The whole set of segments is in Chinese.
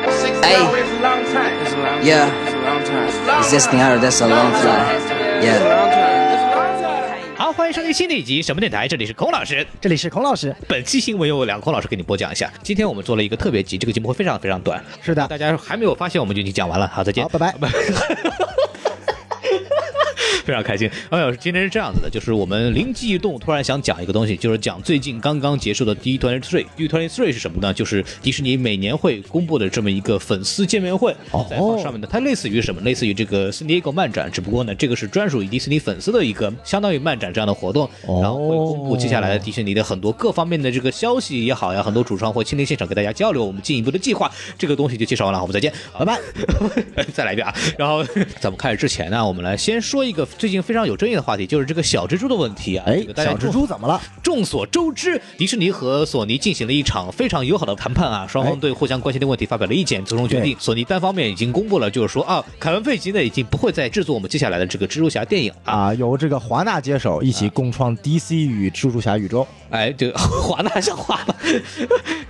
Hey, yeah. Is this thing out or that's a long flight? Yeah. 好，欢迎收听新的一集什么电台，这里是孔老师。这里是孔老师，本期新闻由两个孔老师给你播讲一下。今天我们做了一个特别集，这个节目会非常非常短，是的大家还没有发现，我们就已经讲完了。好，再见，好， 拜拜。非常开心。哎呦，今天是这样子的，就是我们灵机一动，突然想讲一个东西，就是讲最近刚刚结束的 D Twenty Three。D Twenty Three 是什么呢？就是迪士尼每年会公布的这么一个粉丝见面会，在放上面的，它类似于什么？类似于这个 San Diego 漫展，只不过呢，这个是专属于迪士尼粉丝的一个相当于漫展这样的活动，哦然后会公布接下来的迪士尼的很多各方面的这个消息也好呀，很多主创会亲临现场给大家交流我们进一步的计划。这个东西就介绍完了，我们再见，拜拜。 再来一遍啊！然 后咱们开始之前呢，我们来先说一个最近非常有争议的话题，就是这个小蜘蛛的问题啊。哎这个，大家小蜘蛛怎么了？众所周知，迪士尼和索尼进行了一场非常友好的谈判啊，双方对互相关心的问题发表了意见，最终决定。索尼单方面已经公布了，就是说啊，凯文·费奇呢已经不会再制作我们接下来的这个蜘蛛侠电影了。啊，由这个华纳接手，一啊起共创 DC 与蜘蛛侠宇宙。哎，这个华纳像华纳，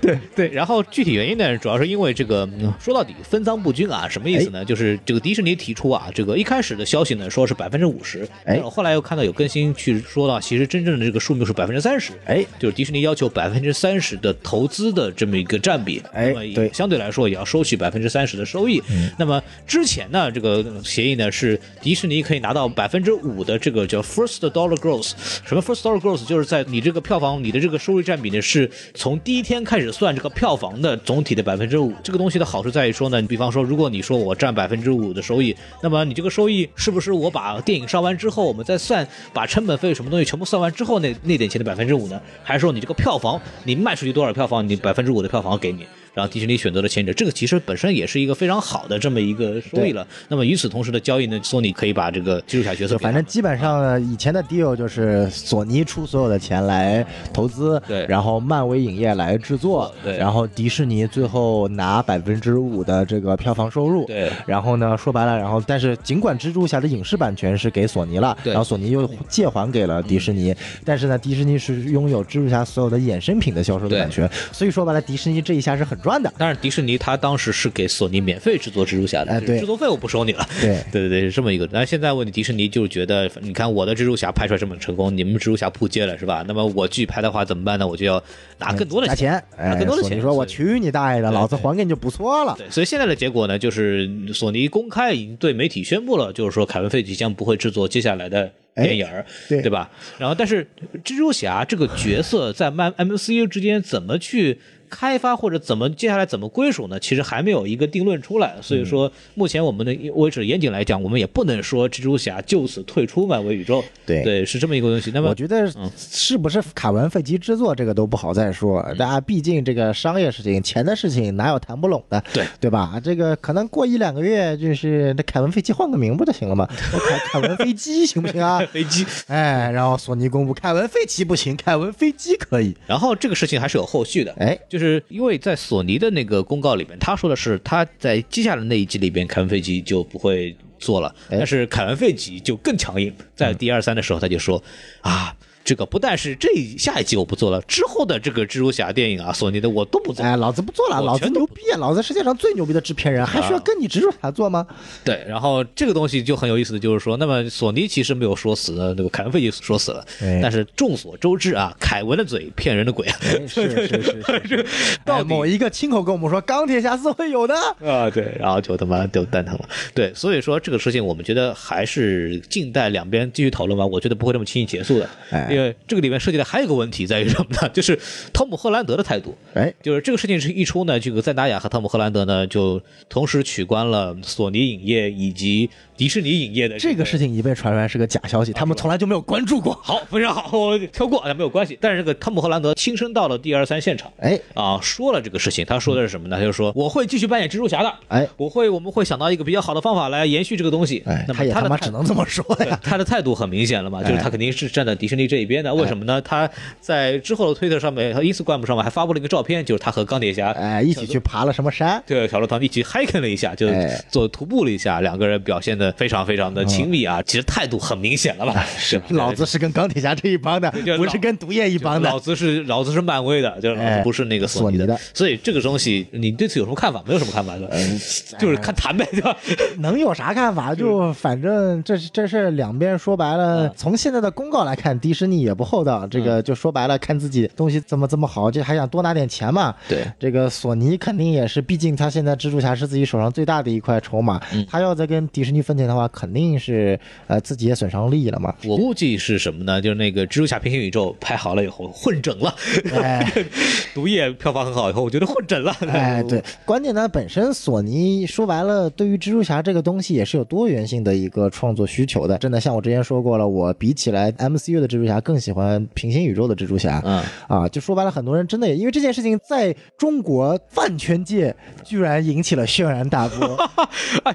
对对。然后具体原因呢，主要是因为这个，嗯说到底分赃不均啊，什么意思呢？就是这个迪士尼提出啊，这个一开始的消息呢说是百分之五十，哎但我后来又看到有更新去说到，其实真正的这个数目是百分之三十，哎就是迪士尼要求百分之三十的投资的这么一个占比，哎那么也对嗯相对来说也要收取百分之三十的收益。那么之前呢，这个协议呢是迪士尼可以拿到百分之五的这个叫 first dollar growth，什么 first dollar growth 就是在你这个票房你的这个收入占比呢是从第一天开始算这个票房的总体的百分之五。这个东西的好处在于说呢，你比方说如果你说我占百分之五的收益，那么你这个收益是不是我把电影上完之后，我们再算把成本费什么东西全部算完之后那那点钱的百分之五呢？还是说你这个票房你卖出去多少票房，你百分之五的票房给你？然后迪士尼选择了前者，这个其实本身也是一个非常好的这么一个收益了。那么与此同时的交易呢，索尼可以把这个蜘蛛侠角色就给他反们，正基本上呢以前的 deal 就是索尼出所有的钱来投资，对然后漫威影业来制作，对然后迪士尼最后拿百分之五的这个票房收入，对然后呢说白了，然后但是尽管蜘蛛侠的影视版权是给索尼了，对嗯然后索尼又借还给了迪士尼，但是呢迪士尼是拥有蜘蛛侠所有的衍生品的销售的对版权，所以说白了迪士尼这一下是很赚的，当然迪士尼它当时是给索尼免费制作蜘蛛侠的，哎就是对制作费我不收你了。对 对对对，是这么一个。但是现在问题，迪士尼就是觉得，你看我的蜘蛛侠拍出来这么成功，你们蜘蛛侠扑街了是吧？那么我继续拍的话怎么办呢？我就要拿更多的加钱。钱，拿哎，更多的索尼钱说所我以去你大爷的，老子还给你就不错了，对，所以现在的结果呢，就是索尼公开已经对媒体宣布了，就是说凯文·费奇将不会制作接下来的电影儿，哎对对吧？然后，但是蜘蛛侠这个角色在 M MCU 之间怎么去开发或者怎么接下来怎么归属呢？其实还没有一个定论出来。所以嗯说，目前我们的为止严谨来讲，我们也不能说蜘蛛侠就此退出漫威宇宙。对对，是这么一个东西。那么我觉得嗯是不是卡文费奇制作这个都不好再说，嗯大家毕竟这个商业事情、钱的事情哪有谈不拢的，对？对吧？这个可能过一两个月，就是那凯文费奇换个名不就行了吗？我凯凯文飞机行不行啊 飞机，哎，然后索尼公布凯文费奇不行，凯文飞机可以。然后这个事情还是有后续的，哎，就是因为在索尼的那个公告里面，他说的是他在接下来那一季里边，凯文费奇就不会做了，哎但是凯文费奇就更强硬，在第二三的时候他就说、嗯啊。这个不但是这一下一季我不做了，之后的这个蜘蛛侠电影啊，索尼的我都不做。哎，老子不做了，我老子全都啊牛逼，啊老子世界上最牛逼的制片人，还需要跟你蜘蛛侠做吗？对，然后这个东西就很有意思的就是说，那么索尼其实没有说死呢，那个凯文费奇说死了，哎但是众所周知啊，凯文的嘴骗人的鬼啊，哎是是是是是， 到哎底某一个亲口跟我们说钢铁侠是会有的。啊，对，然后就他妈就蛋疼了。对，所以说这个事情我们觉得还是静待两边继续讨论吧，我觉得不会这么轻易结束的，哎因为这个里面涉及的还有一个问题在于什么呢？就是汤姆·赫兰德的态度。哎，就是这个事情是一出呢，这个赞达亚和汤姆·赫兰德呢就同时取关了索尼影业以及迪士尼影业的 这个个事情一被传出来是个假消息，他们从来就没有关注过。好，非常好，我跳过，啊没有关系。但是这个汤姆·荷兰德亲身到了 D 二三现场，哎啊，说了这个事情，他说的是什么呢？他就说我会继续扮演蜘蛛侠的，嗯哎我会，我们会想到一个比较好的方法来延续这个东西。哎，那么他也他他的妈态只能这哎么说对呀。 他的态度很明显了嘛，就是他肯定是站在迪士尼这一边的。为什么呢？他在之后的推特上面和 Instagram 上面还发布了一个照片，就是他和钢铁侠哎哎，一起去爬了什么山？对，小鹿他们一起 hiking 了一下，就哎嗯做徒步了一下，两个人表现的的非常非常的亲密啊，其实态度很明显了哎吧？是吧老子是跟钢铁侠这一 帮的就，老不是跟毒液一帮的老。子是老子是漫威的，就是老哎子不是那个索尼索尼的嗯所以这个东西，你对此有什么看法？没有什么看法，对吧？ 就是看谈呗，对 吧？能有啥看法？就反正这是这事儿两边说白了，从现在的公告来看，迪士尼也不厚道。这个就说白了，看自己东西怎么这么好，这还想多拿点钱嘛？对这个索尼肯定也是，毕竟他现在蜘蛛侠是自己手上最大的一块筹码，他要再跟迪士尼分钱的话，肯定是呃自己也损伤利益了嘛。我估计是什么呢？就是那个蜘蛛侠平行宇宙拍好了以后混整了，哎 毒液票房很好以后，我觉得混整了。 哎，对，关键呢，本身索尼说白了，对于蜘蛛侠这个东西也是有多元性的一个创作需求的。真的，像我之前说过了，我比起来 MCU 的蜘蛛侠更喜欢平行宇宙的蜘蛛侠。嗯啊，就说白了，很多人真的也因为这件事情，在中国饭圈界居然引起了轩然大波，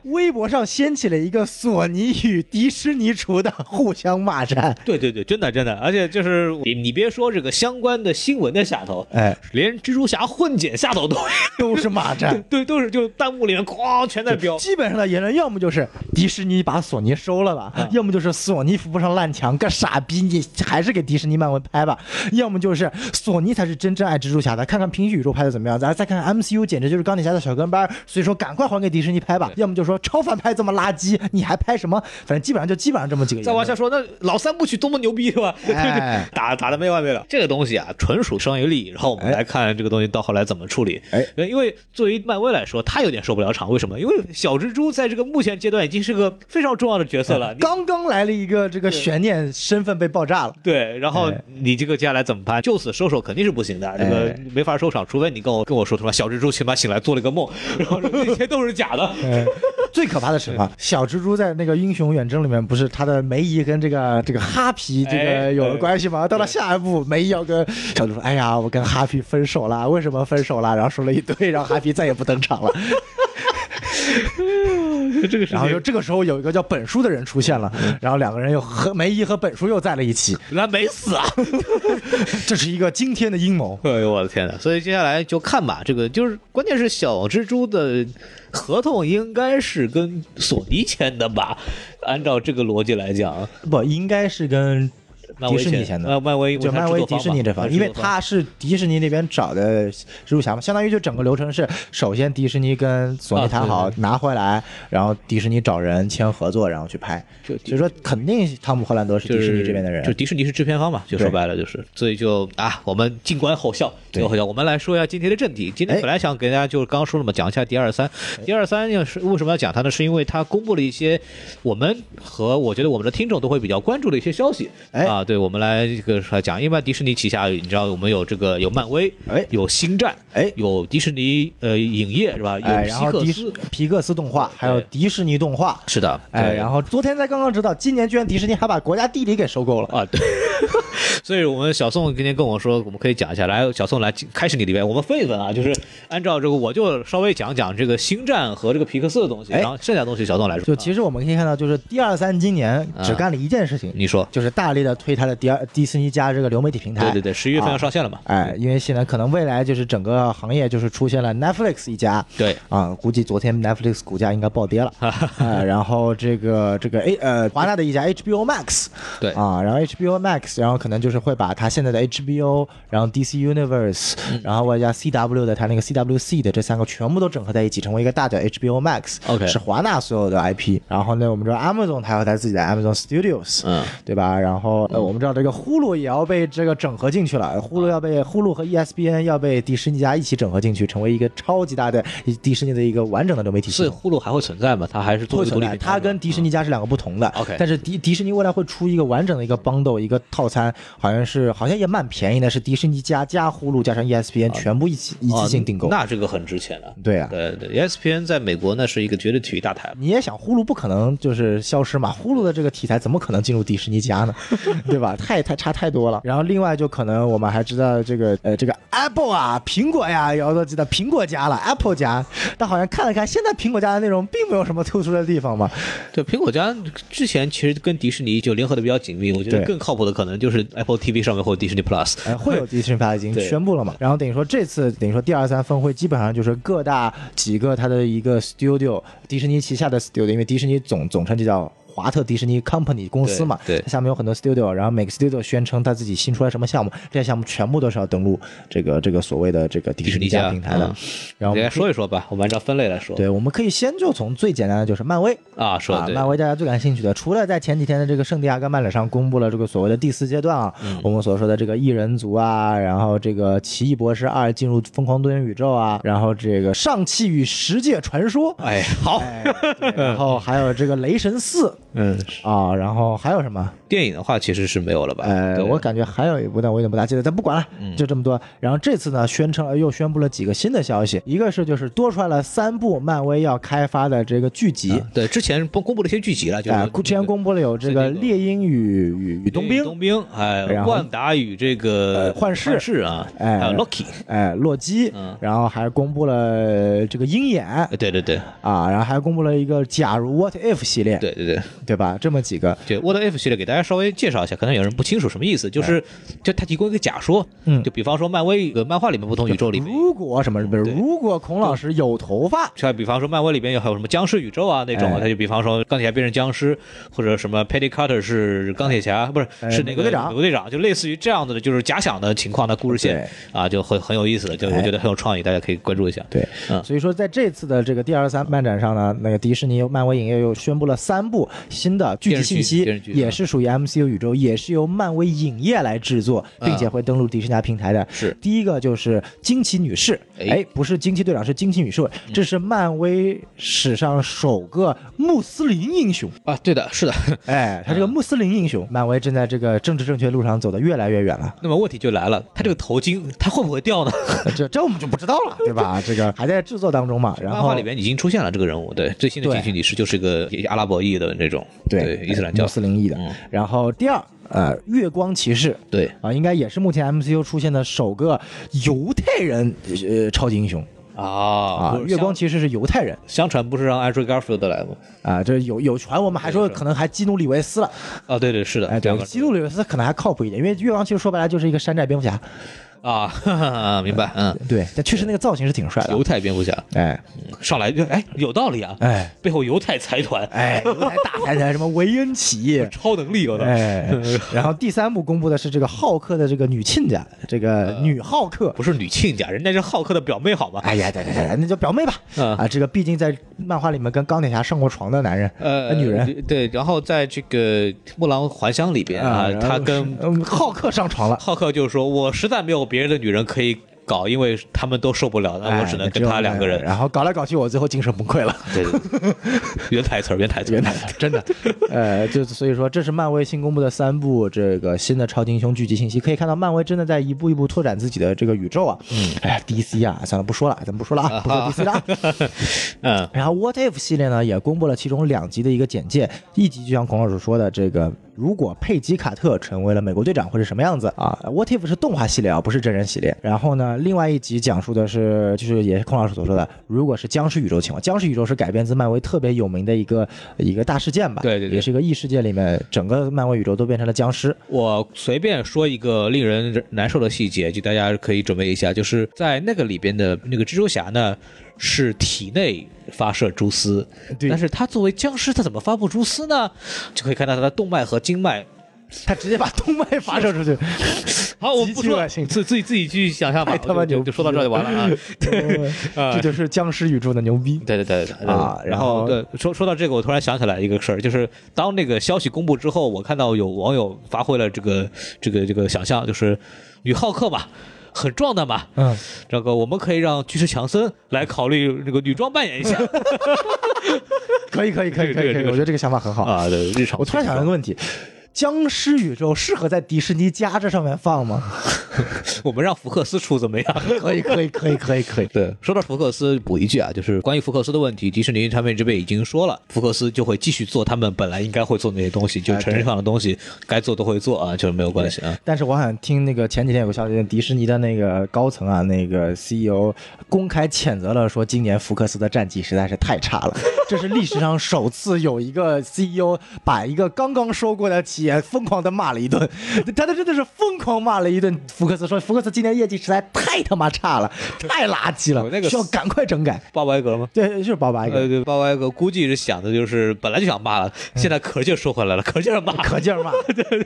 微博上掀起了一个索尼与迪士尼厨的互相骂战。对对对，真的真的，而且就是你你别说这个相关的新闻的下头，哎，连蜘蛛侠混剪下头都。都是骂战对都是就弹幕里面哐全在飙。基本上的言论，要么就是迪士尼把索尼收了吧，要么就是索尼扶不上烂墙，个傻逼你还是给迪士尼漫威拍吧，要么就是索尼才是真正爱蜘蛛侠的，看看平行宇宙拍的怎么样，啊咱再看看 MCU 简直就是钢铁侠的小跟班，所以说赶快还给迪士尼拍吧，要么就说超凡拍这么垃圾，你还拍什么？反正基本上就基本上这么几个言再论。往下说，那老三部曲多么牛逼，对吧？哎 打打的没完没了。这个东西啊，纯属商业利益。然后我们来看这个东西到后来怎么处理。呃哎，因为作为漫威来说，他有点受不了场。为什么？因为小蜘蛛在这个目前阶段已经是个非常重要的角色了。你刚刚来了一个这个悬念，身份被爆炸了。对，然后哎你这个接下来怎么办？就此收手肯定是不行的，这个哎没法收场，除非你跟我跟我说什么小蜘蛛起码醒来做了个梦，然后这些都是假的。 嗯， 最可怕的是什么？小蜘蛛在那个《英雄远征》里面，不是他的梅姨跟这个这个哈皮这哎个有了关系吗？到了下一步，梅姨要跟小蜘蛛，哎呀，我跟哈皮分 手啦，为什么分手啦？然后说了一堆，然后哈皮再也不登场了。这个事嗯然后就情，这个时候有一个叫本书的人出现了，然后两个人又和梅姨和本书又在了一起，原来没死啊！这是一个惊天的阴谋。 哎呦我的天呐！所以接下来就看吧，这个就是关键是小蜘蛛的合同应该是跟索尼签的吧？按照这个逻辑来讲，不应该是跟漫迪威士尼签签的呃，漫威就漫威迪士尼这方方，嘛，因为制作方他是迪士尼那边找的蜘蛛侠嘛，相当于就整个流程是，首先迪士尼跟索尼谈啊好对拿回来，然后迪士尼找人签合作，然后去拍。就所以说，肯定汤姆·荷兰德是就迪是士尼这边的人就。迪士尼是制片方嘛，就说对白了就是，所以就啊，我们静观后效，静对观后效。我们来说一下今天的正题。今天哎本来想给大家就是刚刚说了嘛，讲一下 D 二三，D 二三要是为什么要讲它呢？是因为它公布了一些我们和我觉得我们的听众都会比较关注的一些消息。哎啊，对，我们来这个来讲，因为迪士尼旗下你知道我们有这个有漫威，哎有星战，哎有迪士尼呃影业是吧？哎，有然皮后克迪斯，皮克斯动画，还有对迪士尼动画。是的，哎，对然后昨天才刚刚知道，今年居然迪士尼还把国家地理给收购了。啊，对。 所以我们小宋今天跟我说，我们可以讲一下。来，小宋来开始你的表演，我们分一分啊，就是按照这个，我就稍微讲讲这个星战和这个皮克斯的东西，哎然后剩下的东西小宋来说。就其实实我们可以看到，就是 D 二三今年只干了一件事情，啊你说，就是大力的推它的迪二迪士尼加这个流媒体平台。对对对，十一月份要上线了嘛？嗯哎，因为现在可能未来就是整个行业就是出现了 Netflix 一家，对啊，估计昨天 Netflix 股价应该暴跌了，哎，然后这个这个 A 呃华纳的一家 HBO Max，对啊，然后 HBO Max，然后可能就是会把它现在的 HBO，然后 DC Universe，、然嗯后外加 CW 的它那个 CWC 的这三个全部都整合在一起，成为一个大的 HBO Max。 OK 是华纳所有的 IP。然后呢，我们知道 Amazon 它有它自己的 Amazon Studios，嗯，对吧？然后呃，我们知道这个呼噜也要被这个整合进去了，呼噜要被呼噜和 E ESPN 要被迪士尼家一起整合进去，成为一个超级大的迪士尼的一个完整的流媒体系所以统。呼噜还会存在吗？它还是做会独存立在，平台它吗跟迪士尼家是两个不同的。 OK 但是迪迪士尼未来会出一个完整的一个 bundle 一个套餐，好像是好像也蛮便宜的，是迪士尼家加呼噜加上 E ESPN 全部一起一次性订购啊哦。那这个很值钱了。对啊对对，ESPN E 在美国那是一个绝对体育大台。你也想呼噜不可能就是消失嘛？呼噜的这个题材怎么可能进入迪士尼家呢？对吧？太太差太多了。然后另外就可能我们还知道这个呃这个 Apple 啊苹果呀，要都知道苹果家了 Apple 家，但好像看了看现在苹果家的内容并没有什么突出的地方嘛。对，苹果家之前其实跟迪士尼就联合的比较紧密，我觉得对更靠谱的可可能就是 Apple TV 上面或者 Disney Plus。哎，会有 Disney Plus 已经对宣布了嘛？然后等于说这次等于说第二三峰会基本上就是各大几个它的一个 studio，迪士尼旗下的 studio，因为迪士尼总总称就叫。华特迪士尼 company 公司嘛，对对它下面有很多 studio，然后每个 studio 宣称它自己新出来什么项目，这些项目全部都是要登录这个这个所谓的这个迪迪士士尼尼家家平台的。嗯然后我给大家们可以说一说吧，我们按照分类来说。对，我们可以先就从最简单的就是漫威啊，说啊的，对，漫威大家最感兴趣的，除了在前几天的这个圣地亚哥漫展上公布了这个所谓的第四阶段啊，我们所说的这个异人族啊，然后这个奇异博士二进入疯狂多元宇宙啊，然后这个上汽与十界传说，哎，好，哎，对然后还有这个雷神四嗯，啊，然后还有什么？电影的话其实是没有了吧？呃，对我感觉还有一部，但我有点不大记得，但不管了，就这么多。然后这次呢，宣称又宣布了几个新的消息，一个是就是多出来了三部漫威要开发的这个剧集。啊对之前公公布了一些剧集了，就是啊，之前公布了有这是个这个猎鹰与与与冬兵，冬兵，哎然，后万达与这个呃幻视视啊，哎还有 Loki，哎，洛基，嗯然后还公布了这个鹰眼哎对对对啊，然后还公布了一个假如 What If 系列，对对对。对吧？这么几个，对 What If 系列给大家稍微介绍一下，可能有人不清楚什么意思，就是就它提供一个假说，哎嗯就比方说漫威呃漫画里面不同宇宙里面。如果什么，不是对如果孔老师有头发，像比方说漫威里边有还有什么僵尸宇宙啊那种啊，哎它就比方说钢铁侠变成僵尸，或者什么 Peggy Carter 是钢铁侠，不是哎是美那国个队长美国队长，就类似于这样子的，就是假想的情况的故事线啊，就很很有意思的，就我觉得很有创意，大家可以关注一下。哎对，嗯所以说在这次的这个第二三漫展上呢，那个迪士尼、漫威影业又宣布了三部新的剧集信息电视剧电视剧，嗯也是属于 MCU 宇宙，也是由漫威影业来制作，并且会登陆迪士尼家平台的。嗯是第一个就是惊奇女士，哎嗯哎，不是惊奇队长，是惊奇女士，这是漫威史上首个穆斯林英雄。啊，对的，是的。 哎，嗯他这个穆斯林英雄，漫威正在这个政治正确路上走得越来越远了。那么问题就来了，他这个头巾它会不会掉呢？这这我们就不知道了，对吧？这个还在制作当中嘛。然漫后画里边已经出现了这个人物，对，最新的对进行女士就是个阿拉伯裔的那种，对伊斯兰教穆斯林裔的。嗯然后第二，呃，月光骑士，对啊、应该也是目前 MCU 出现的首个犹太人呃超级英雄啊啊。月光骑士是犹太人相传不是让 Andrew Garfield 来吗？啊，这有有传我们还说可能还激怒李维斯了，啊，对对是的，哎，对两，个激怒李维斯可能还靠谱一点，因为月光骑士说白了就是一个山寨蝙蝠侠，啊 哈哈哈，明白，嗯，对，但确实那个造型是挺帅的犹。太蝙蝠侠哎上来就哎有道理啊，哎，背后犹太财团，哎，犹太大财团什么维恩企业， 超能力有的，哎，然后第三部公布的是这个浩克的这个女亲家，这个呃女浩克，不是女亲家，人家是浩克的表妹好吗？哎呀，对对对，那叫表妹吧。嗯啊，这个毕竟在漫画里面跟钢铁侠上过床的男人，呃，哎女人对，然后在这个《木兰还乡》里边啊，然后他是跟嗯浩克上床了。浩克就说：“我实在没有别人的女人可以搞，因为他们都受不了，呃那我哎只能那跟有他两个人。然后搞来搞去，我最后精神崩 溃了。对对 对，原台词儿，原台词儿，原来真的，呃， 就是所以说，这是漫威新公布的三部这个新的超级英雄剧集信息，可以看到漫威真的在一步一步拓展自己的这个宇宙啊。嗯，哎呀，DC 啊，算了，不说了，咱们不说了啊，不 说 DC 了啊。嗯，然后 What If 系列呢，也公布了其中两集的一个简介。一集就像孔老师说的，这个如果佩吉卡特成为了美国队长会是什么样子啊？What If 是动画系列啊，不是真人系列。然后呢，另外一集讲述的是，就是也是孔老师所说的，如果是僵尸宇宙情况，僵尸宇宙是改编自漫威特别有名的一个一个大事件吧？对对对也是一个异世界里面，整个漫威宇宙都变成了僵尸。我随便说一个令人难受的细节，就大家可以准备一下，就是在那个里边的那个蜘蛛侠呢，是体内发射蛛丝，对但是他作为僵尸，他怎么发布蛛丝呢？就可以看到他的动脉和经脉。他直接把动脉发射 出去，好，我们不极其说恶了，心自自己自己去想 象吧。太他妈我就牛就就说到这儿就完了啊。 这就是僵尸宇宙的牛逼。 对对对对对啊对然然后后对说说到这个，我突然想起来一个事儿，就是当那个消息公布之后，我看到有网友发挥了这个这个这个想象，就是女浩克嘛，很壮的嘛，嗯，这个我们可以让巨石强森来考虑这个女装扮演一下可以可以可以可这以可个这以，个我觉得这个想法很好。 啊，对日常。 我突然想到一个问题：僵尸宇宙适合在迪士尼家这上面放吗？ 我们让福克斯出怎么样？可以，可以，可以，可以，可 以。对，说到福克斯，补一句啊，就是关于福克斯的问题，迪士尼他们这边已经说了，福克斯就会继续做他们本来应该会做的那些东西，就哎成人上的东西，该做都会做啊，就是没有关系啊。但是我好像听那个前几天有个消息，迪士尼的那个高层啊，那个 CEO 公开谴责了，说今年福克斯的战绩实在是 E 太差了，这是历史上首次有一个 CEO 把一个刚刚收购的企起也疯狂的骂了一顿，他他真的是疯狂骂了一顿福克斯，说福克斯今年业绩实在太他妈差了，太垃圾了，我那个需要赶快整改。鲍白格吗？对，就是包白呃，给，对，鲍白格估计是想的就是本来就想骂了，现在壳劲儿收回来了，壳劲儿骂。 可劲儿 骂，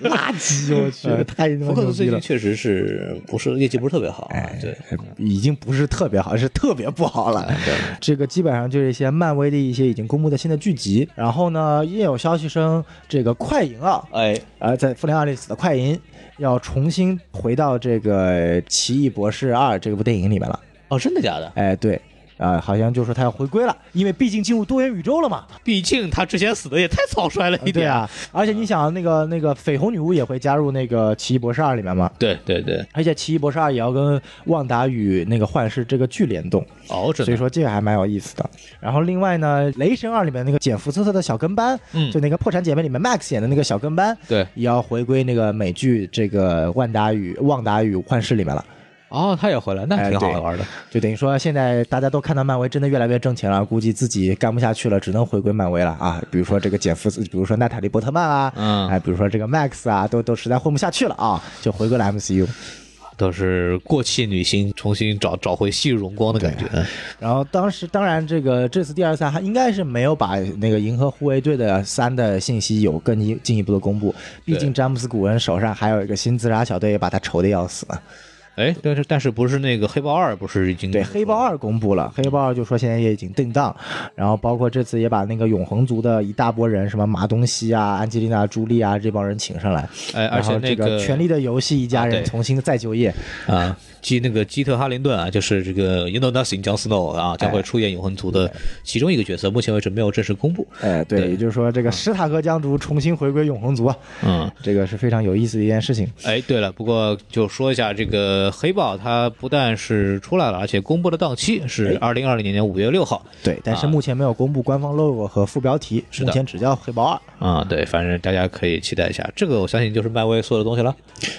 垃圾，我去，太他呃妈福克牛斯最逼了近。确实是不是业绩不是特别好，啊对，已经不是特别好，是特别不好了。嗯这个基本上就是一些漫威的一些已经公布的新的剧集。然后呢，也有消息称，这个快银啊，哎，呃，在复联二里死的快银要重新回到这个《奇异博士二》这部电影里面了。哦，真的假的？哎，对，啊、好像就说他要回归了，因为毕竟进入多元宇宙了嘛。毕竟他之前死的也太草率了一对点。啊，而且你想，那个那个绯红女巫也会加入那个《奇异博士二》里面嘛。对啊对对，而且《奇异博士二》也要跟旺达与那个幻视这个剧联动，哦，真所以的。说这个还蛮有意思的。然后另外呢，《雷神二》里面那个简·福斯特的小跟班，嗯就那个《破产姐妹》里面 Max 演的那个小跟班，对也要回归那个美剧这个《万达与旺达与幻视》里面了。哦，他也回来，那哎挺好对玩的。就等于说，现在大家都看到漫威真的越来越挣钱了，估计自己干不下去了，只能回归漫威了啊！比如说这个简·福斯，比如说娜塔莉·波特曼啊，嗯哎，比如说这个 Max 啊，都都实在混不下去了啊，就回归了 MCU。都是过气女星重新找找回昔日荣光的感觉。然后当时当然这个这次第二赛还应该是没有把那个银河护卫队的三的信息有更一进一步的公布，毕竟詹姆斯古恩手上还有一个新自杀小队，把他愁的要死呢。哎，但是但是不是那个黑豹二不是已经对，黑豹二公布了，黑豹二就说现在也已经定档，然后包括这次也把那个永恒族的一大波人，什么马东锡啊、安吉丽娜·朱莉啊这帮人请上来，哎而且然后这那个个《权力的游戏》一家啊对人重新再就业，啊，基那个基特哈林顿啊，就是这个 You know nothing Jon Snow 啊，将会出演永恒族的其中一个角色，目前为止没有正式公布。哎，对，对也就是说这个史塔克家族重新回归永恒族啊，嗯，这个是非常有意思的一件事情。哎，对了，不过就说一下这个黑豹，它不但是出来了，而且公布的档期是二零二零年五月六号。对，但是啊目前没有公布官方 logo 和副标题，的目前只叫黑豹二。啊、对，反正大家可以期待一下，这个我相信就是漫威所有的东西了。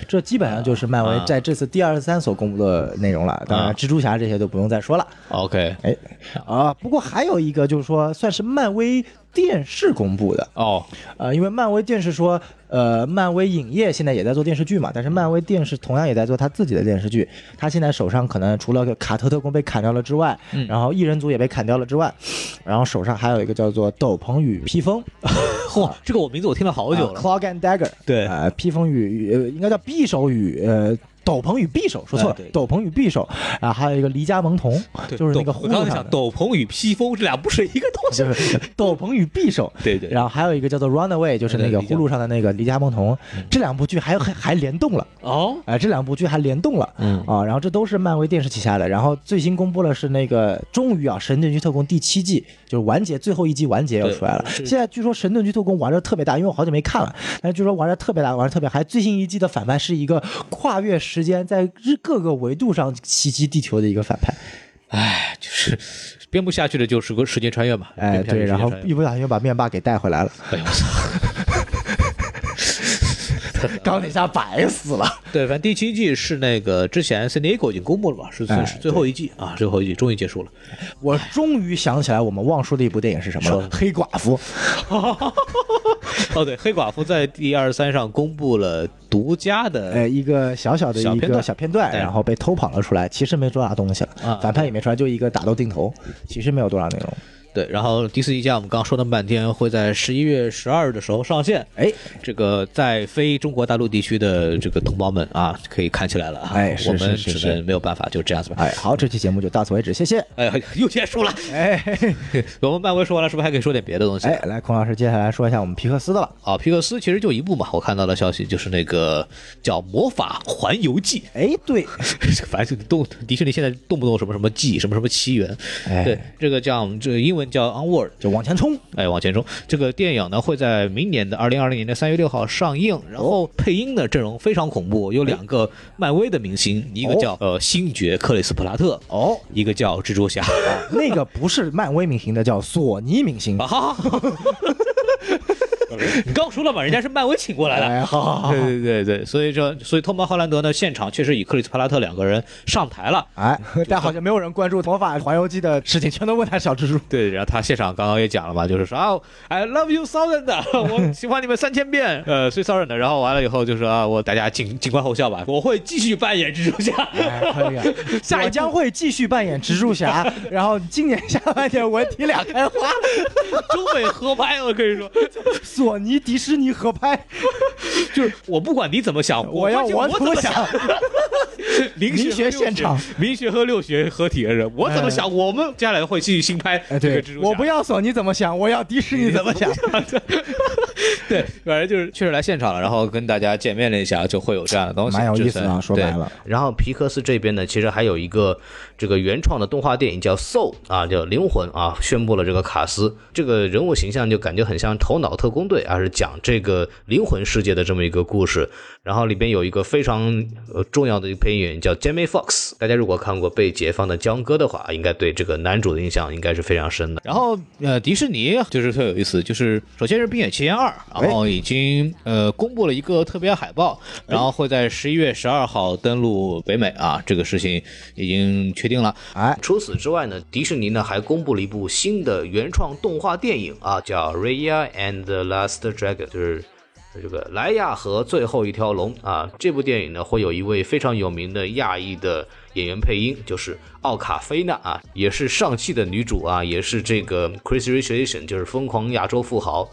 这基本上就是漫啊威在这次第二十三所公布的内容了。当啊然，蜘蛛侠这些就不用再说了。 OK，哎，啊，不过还有一个就是说，算是漫威电视公布的， 哦，呃，因为漫威电视说，呃，漫威影业现在也在做电视剧嘛，但是漫威电视同样也在做他自己的电视剧。他现在手上可能除了卡特特工被砍掉了之外，嗯然后异人族也被砍掉了之外，然后手上还有一个叫做《斗篷与披风》。嚯，这个我名字我听了好久了。 c l o g 啊 and Dagger，对呃，披风与呃应该叫匕首与呃。斗篷与匕首，说错哎了对，斗篷与匕首啊，还有一个离家萌童，对就是那个斗葫我刚芦才上想的，斗篷与披风这俩不是一个东西 就。是斗篷与匕首，对对然后还有一个叫做 Runaway，就是那对个离家嗯葫芦上的那个离家萌童，这两部剧还还还联动了，哦，哎，这两部剧还联动了，嗯啊，然后这都是漫威电视旗下的，然后最新公布了是那个终于啊，《神盾局特工》第七季就是完结，最后一季完结要出来了。对现在据说《神盾局特工》玩的特别大，因为我好久没看了，但是据说玩的特别大，玩的特别嗨。最新一季的反派是一个跨越时间，在日各个维度上袭击地球的一个反派，哎，就是编不下去的，就是个时间穿越嘛。哎，编不下去对，时间然后穿越一不小心又把面霸给带回来了，哎呦 我操！钢铁侠白死了。对，反正第七季是那个之前 San Diego 已经公布了嘛，是算哎是最后一季啊，最后一季终于结束了。我终于想起来我们忘说的一部电影是什么了，《黑寡妇》。哦，对，黑寡妇在第二三上公布了独家的呃，一个小小的小一片段个小片段，对然后被偷跑了出来，其实没多大东西啊嗯了，反派也没出来，就一个打斗定投，其实没有多少内容。对，然后第四季像我们刚刚说那么半天，会在十一月十二的时候上线。哎，这个在非中国大陆地区的这个同胞们啊，可以看起来了啊。哎是我们是是只是能没有办法，就这样子吧。哎，好，这期节目就到此为止，谢谢。哎，又结束了。 哎嘿嘿我们漫威说完了，是不是还可以说点别的东西？哎，来，孔老师，接下来说一下我们皮克斯的了。啊，皮克斯其实就一部嘛，我看到的消息就是那个叫《魔法环游记 哎，对，》，反正就动迪士尼现在动不动什么什么记，什么什么奇缘，哎对，这个叫这个英文叫 Onward，就往前冲。哎，往前冲。这个电影呢会在明年的二零二零年的三月六号上映，然哦后配音的阵容非常恐怖，有两个漫威的明星，一个哦叫呃星爵克里斯普拉特，哦，一个叫蜘蛛侠。那个不是漫威明星的，叫索尼明星 啊，。好好好。你刚说了嘛，人家是漫威请过来的。哎，好好好，好对对对对，所以说，所以托马·霍兰德呢，现场确实以克里斯·帕拉特两个人上台了。哎，但好像没有人关注魔法环游记的事情，全都问他小蜘蛛。对，然后他现场刚刚也讲了嘛，就是说啊，I love you thousand，我 喜欢你们三千遍， 呃，所以 thousand，然后完了以后就说啊，我大家尽尽管后笑吧，我会继续扮演蜘蛛 侠，哎，可以啊，下一我步将会继续扮演蜘 蛛侠，然后今年下半年文体两开花，中美合拍，我跟你说，索尼迪士尼合拍，就是我不管你怎么想，我要关键 我我怎怎么想， 民民学学和六现场，民学和六学合体的人，我怎么想，我们接下来会继续新拍哎，这个对蜘蛛，侠，我不要索尼怎么想，我要迪 士尼怎么想。对，反正就是确实来现场了，然后跟大家见面了一下，就会有这样的东西， 蛮有意思的啊就算说白了。然后皮克斯这边呢，其实还有一个这个原创的动画电影叫《Soul》啊，叫灵魂啊，宣布了这个卡斯这个人物形象就感觉很像《头脑特工队》啊，是讲这个灵魂世界的这么一个故事。然后里边有一个非常呃重要的一个配音员叫 Jamie Fox，大家如果看过《被解放的江歌》的话，应该对这个男主的印象应该是非常深的。然后呃，迪士尼就是特有意思，就是首先是《冰雪奇缘二》，哎然后已经呃公布了一个特别海报，哎然后会在十一月十二号登陆北美啊，这个事情已经确定了。哎，除此之外呢，迪士尼呢还公布了一部新的原创动画电影啊，叫《Raya and the Last Dragon》，就是这个莱亚和最后一条龙啊。这部电影呢会有一位非常有名的亚裔的演员配音，就是奥卡菲娜啊，也是上汽的女主啊，也是这个 Crazy Rich Asian，就是疯狂亚洲富豪。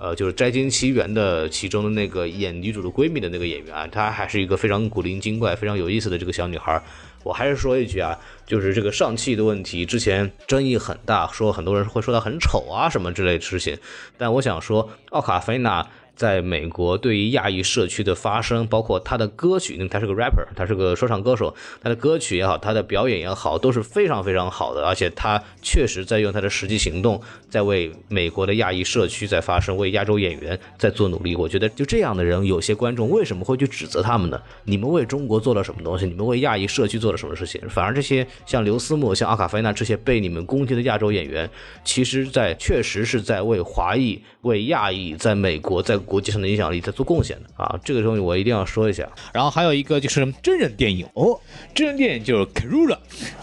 呃，就是《摘金奇缘》的其中的那个演女主的闺蜜的那个演员啊，她还是一个非常古灵精怪、非常有意思的这个小女孩儿。我还是说一句啊，就是这个上汽的问题，之前争议很大，说很多人会说她很丑啊什么之类的事情。但我想说，奥卡菲娜在美国对于亚裔社区的发声，包括她的歌曲，因为她是个 rapper，她是个说唱歌手，她的歌曲也好，她的表演也好，都是非常非常好的，而且她确实在用她的实际行动，在为美国的亚裔社区在发声，为亚洲演员在做努力。我觉得就这样的人，有些观众为什么会去指责他们呢？你们为中国做了什么东西？你们为亚裔社区做了什么事情？反而这些像刘思慕、像阿卡菲娜这些被你们攻击的亚洲演员，其实在确实是在为华裔、为亚裔在美国在国际上的影响力在做贡献的啊！这个东西我一定要说一下。然后还有一个就是真人电影哦，真人电影就是 Cruella，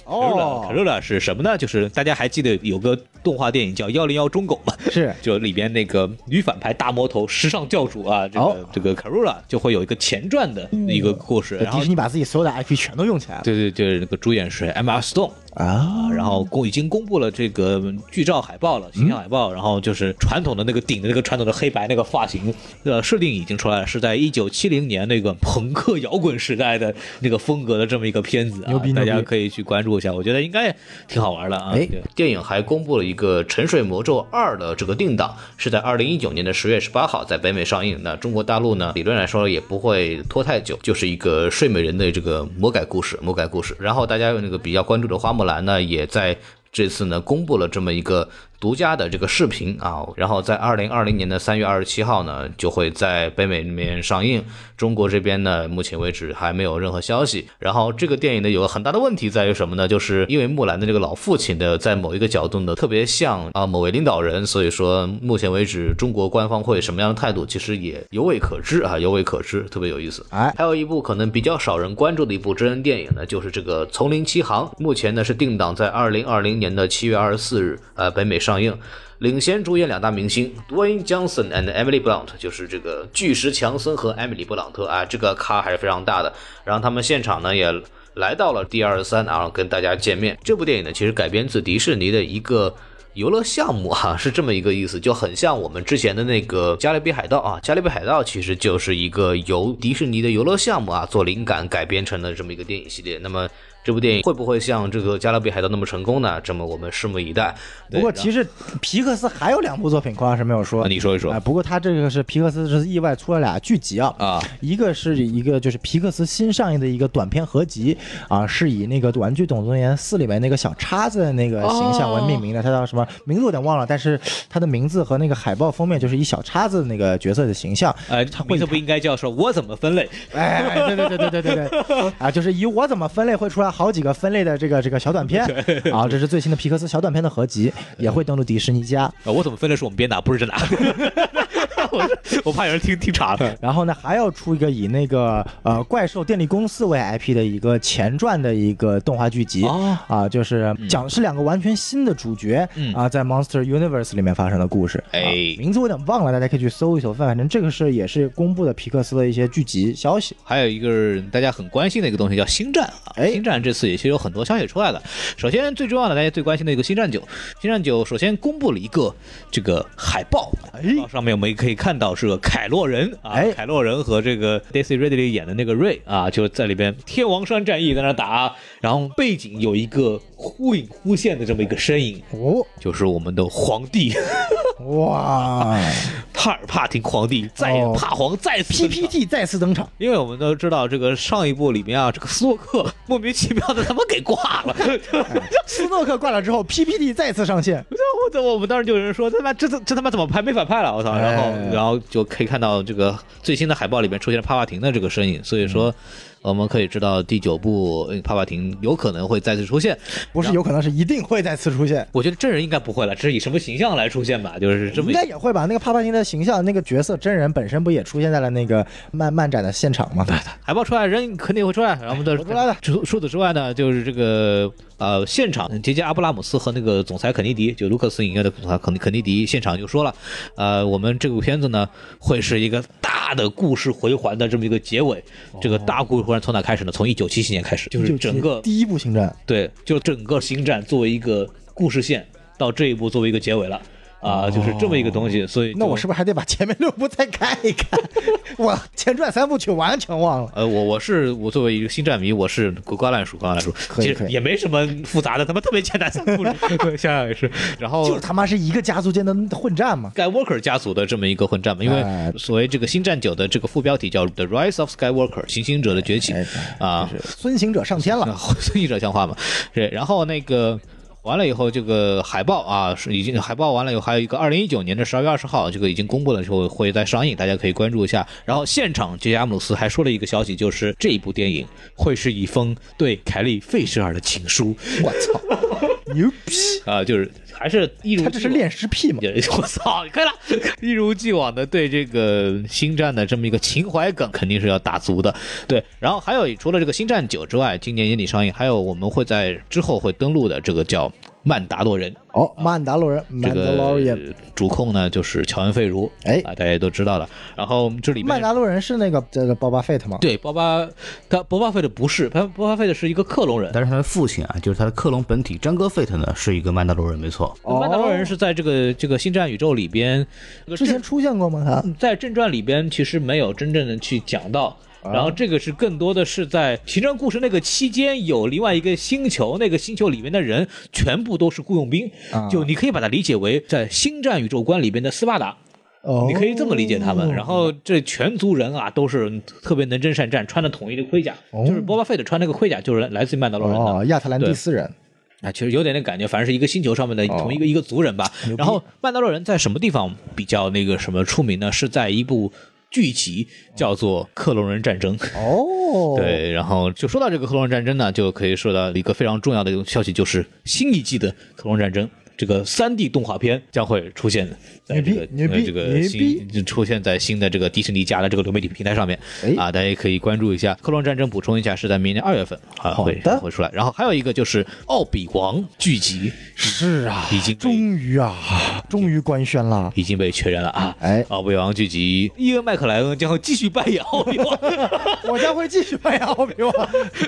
哦 c r u l a 是什么呢？就是大家还记得有个动画电影叫《幺零幺忠狗》吗？ 是就里边那个女反派大魔头、时尚教主啊，这个、哦这个 Cruella 就会有一个前传的一个故事，然后迪士尼把自己所有的 IP 全都用起来了对对对，那个主演是 Emma Stone 啊啊，然后公已经公布了这个剧照海报嗯了，形象海报，然后就是传统的那个顶的那个传统的黑白那个发型，呃，设定已经出来了，是在一九七零年那个朋克摇滚时代的那个风格的这么一个片子啊牛逼，牛大逼家可以去关注一下，我觉得应该挺好玩的啊。哎对电影还公布了一个《沉睡魔咒二》的这个定档，是在二零一九年的十月十八号在北美上映。那中国大陆呢，理论来说也不会拖太久，就是一个睡美人的这个魔改故事，魔改故事。然后大家有那个比较关注的花木兰呢，也在。这次呢，公布了这么一个独家的这个视频啊，然后在二零二零年的三月二十七号呢，就会在北美那边上映。中国这边呢，目前为止还没有任何消息。然后这个电影呢，有个很大的问题在于什么呢？就是因为木兰的这个老父亲的，在某一个角度呢，特别像啊某位领导人，所以说目前为止中国官方会什么样的态度，其实也犹未可知啊，犹未可知，特别有意思。哎还有一部可能比较少人关注的一部真人电影呢，就是这个《丛林奇航》，目前呢是定档在二零二零年的七月二十四日，呃，北美上映。领衔主演两大明星 Dwayne Johnson and Emily Blunt，就是这个巨石强森和艾米丽布朗特啊，这个咖还是非常大的。然后他们现场呢也来到了 D 二十三，然后跟大家见面。这部电影呢其实改编自迪士尼的一个游乐项目啊，是这么一个意思，就很像我们之前的那个《加勒比海盗》啊，《加勒比海盗》其实就是一个由迪士尼的游乐项目啊做灵感改编成的这么一个电影系列。那么这部电影会不会像这个《加勒比海盗》那么成功呢？这么我们拭目以待。不过对其实皮克斯还有两部作品，孔老师没有说，啊你说一说哎不过他这个是皮克斯这是意外出了俩剧集啊，啊，一个是一个就是皮克斯新上映的一个短片合集啊，是以那个《玩具总动员四》里面那个小叉子的那个形象为命名的，它叫什么名字我有点忘了，但是它的名字和那个海报封面就是以小叉子的那个角色的形象，呃，它哎会名字不应该叫说我怎么分类，哎，对对对对对对对，啊，就是以我怎么分类会出来好几个分类的这个这个小短片啊，这是最新的皮克斯小短片的合集，也会登陆迪士尼家。呃我怎么分类是我们编的，不是真的。 我是我怕有人听听岔了。然后呢，还要出一个以那个呃怪兽电力公司为 IP 的一个前传的一个动画剧集啊、哦就是讲的是两个完全新的主角啊、嗯在 Monster Universe 里面发生的故事。哎啊名字我有点忘了，大家可以去搜一搜。反正这个是也是公布的皮克斯的一些剧集消息。还有一个大家很关心的一个东西叫《星战》啊，哎星战》这次也是有很多消息出来了。首先最重要的，大家最关心的一个《星战九》，《星战九》首先公布了一个这个海报，哎海报上面我们可以看到是个凯洛人啊，哎凯洛人和这个 Daisy Ridley 演的那个瑞啊，就在里边天王山战役在那打，然后背景有一个忽隐忽现的这么一个身影，哦，就是我们的皇帝 哇帕尔帕廷皇帝，再哦帕皇再次登场！PPT 再次登场，因为我们都知道，这个上一部里面啊，这个斯诺克莫名其妙的他妈给挂 了。斯诺克挂了之后，PPT 再次上线。我操！我们当时就有人说，他妈这这这他妈怎么拍没反派了？我操！然后哎然后就可以看到这个最新的海报里面出现了帕帕廷的这个身影，所以嗯说我们可以知道第九部嗯帕帕廷有可能会再次出现。不是有可能是一定会再次出现，我觉得真人应该不会了，只是以什么形象来出现吧，就是这么应一该也会吧？那个帕帕廷的形象，那个角色真人本身不也出现在了那个漫漫展的现场吗？对的，海报出来，人肯定会出来。然后我们的我出来了除除此之外呢，就是这个呃，现场杰杰阿布拉姆斯和那个总裁肯尼迪，就卢克斯影业的总裁肯尼肯尼迪现场就说了，呃，我们这部片子呢会是一个大的故事回环的这么一个结尾。这个大故事回环从哪开始呢？从一九七七年开始，就是整个第一部星战，对，就整个星战作为一个故事线，到这一步作为一个结尾了。啊、就是这么一个东西，所以那我就是不是还得把前面六部再看一看？我前传三部曲完全忘了。呃，我我是我作为一个星战迷，我是观览鼠，观览鼠，可以其可实以也没什么复杂的，他妈特别简单三故事， 对想想也是。然就后是他妈是一个家族间的混战嘛， Skywalker 家族的这么一个混战嘛，因哎为所谓这个星战九的这个副标题叫《The Rise of Skywalker》，行星者的崛起哎啊，孙行者上 天了，然后孙译者像话嘛，对，然后那个。完了以后，这个海报啊，是已经海报完了以后，还有一个二零一九年的十二月二十号，这个已经公布了，之后会在上映，大家可以关注一下。然后现场杰西·阿姆斯还说了一个消息，就是这一部电影会是一封对凯利·费舍尔的情书 我操，牛逼！啊、就是还是一如他这是既往恋尸癖嘛？ 也我操，可以了，一如既往的对这个星战的这么一个情怀梗肯定是要打足的，对。然后还有除了这个星战九之外，今年年底上映，还有我们会在之后会登陆的这个叫。曼达洛人哦，曼达洛人这，Mandalorian，个主控呢就是乔恩·费如，哎啊，大家也都知道了。然后这里面曼达洛人是那个这个 Boba Fett 吗？对包巴，他包巴费的不是，他包巴费的是一个克隆人，但是他的父亲啊，就是他的克隆本体詹哥费特呢，是一个曼达洛人，没错。哦曼达洛人是在这个这个星战宇宙里边，这个之前出现过吗？他在正传里边其实没有真正的去讲到。啊然后这个是更多的是在《行政故事》那个期间，有另外一个星球，那个星球里面的人全部都是雇佣兵，啊就你可以把它理解为在星战宇宙观里边的斯巴达，哦，你可以这么理解他们。然后这全族人啊都是特别能征善战，穿的统一的盔甲，就是波巴费特穿那个盔甲就是来自于曼达洛人的。哦，亚特兰蒂斯人，啊，其实有点那感觉，反正是一个星球上面的同一个、一个族人吧。然后曼达洛人在什么地方比较那个什么出名呢？是在一部剧集叫做《克隆人战争》。哦，，对，然后就说到这个克隆人战争呢，就可以说到一个非常重要的一个消息，就是新一季的克隆人战争。这个三 D 动画片将会出现在这个牛逼呃这牛个逼新就出现在新的这个迪士尼家的这个流媒体平台上面哎啊，大家也可以关注一下。克隆人战争补充一下，是在明年二月份啊好会的会出来。然后还有一个就是《奥比王》剧集是啊，已经被终于啊，终于官宣了，已经被确认了啊。哎奥比王剧集，伊恩麦克莱恩将会继续扮演奥比王。哎我将会继续扮演 奥比王。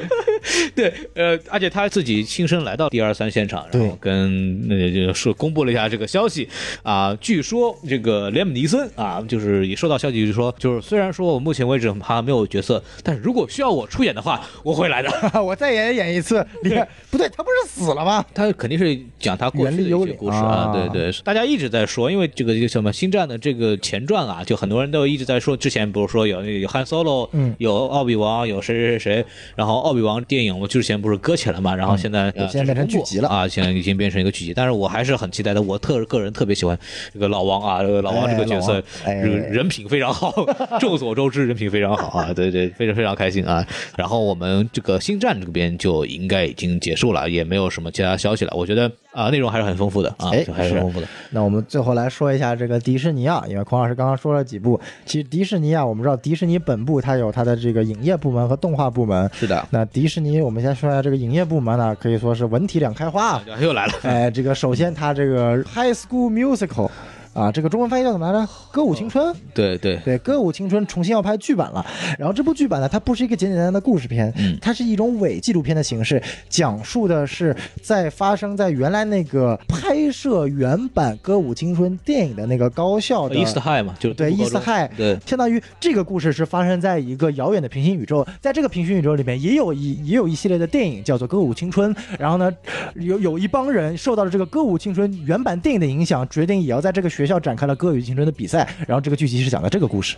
对，呃，而且他自己亲身来到第二三现场，然对后跟那就说公布了一下这个消息啊。据说这个连姆尼森啊，就是也收到消息，就是说，就是虽然说我目前为止还没有角色，但是如果需要我出演的话，我会来的。我再演演一次，你 看不对，他不是死了吗？他肯定是讲他过去的一些故事原力幽灵啊啊，对对，大家一直在说，因为这个这个什么《星战》的这个前传啊，就很多人都一直在说，之前不是说有有汉 Solo，嗯有奥比王，有谁谁谁谁，然后奥比王电影我之前不是搁浅了嘛，然后现在、呃嗯现在变成剧集了啊，现在已经变成一个剧集，但是我还是很期待的，我特个人特别喜欢这个老王啊，这个老王哎这个角色，老王哎人人品非常好， 众所周知人品非常好 啊，对对，非常非常开心啊。然后我们这个星战这边就应该已经结束了，也没有什么其他消息了。我觉得啊，内容还是很丰富的啊，还哎是很是丰富的。那我们最后来说一下这个迪士尼啊，因为孔老师刚刚说了几部，其实迪士尼啊，我们知道迪士尼本部它有它的这个影业部门和动画部门。是的那迪士尼，我们先说一下这个影业部门呢、啊可以说是文体两开花啊。又来了，哎，这个首先它这个《High School Musical》啊，这个中文翻译叫什么来着？歌舞青春。对对对，《歌舞青春》重新要拍剧版了。然后这部剧版呢，它不是一个简简单单的故事片，嗯它是一种伪纪录片的形式，讲述的是在发生在原来那个拍摄原版《歌舞青春》电影的那个高校的。呃，East High 嘛，就是对东部伊高斯中亥，对相当于这个故事是发生在一个遥远的平行宇宙，在这个平行宇宙里面也有一也有一系列的电影叫做《歌舞青春》，然后呢，有有一帮人受到了这个《歌舞青春》原版电影的影响，决定也要在这个学校展开了歌舞青春的比赛，然后这个剧集是讲的这个故事。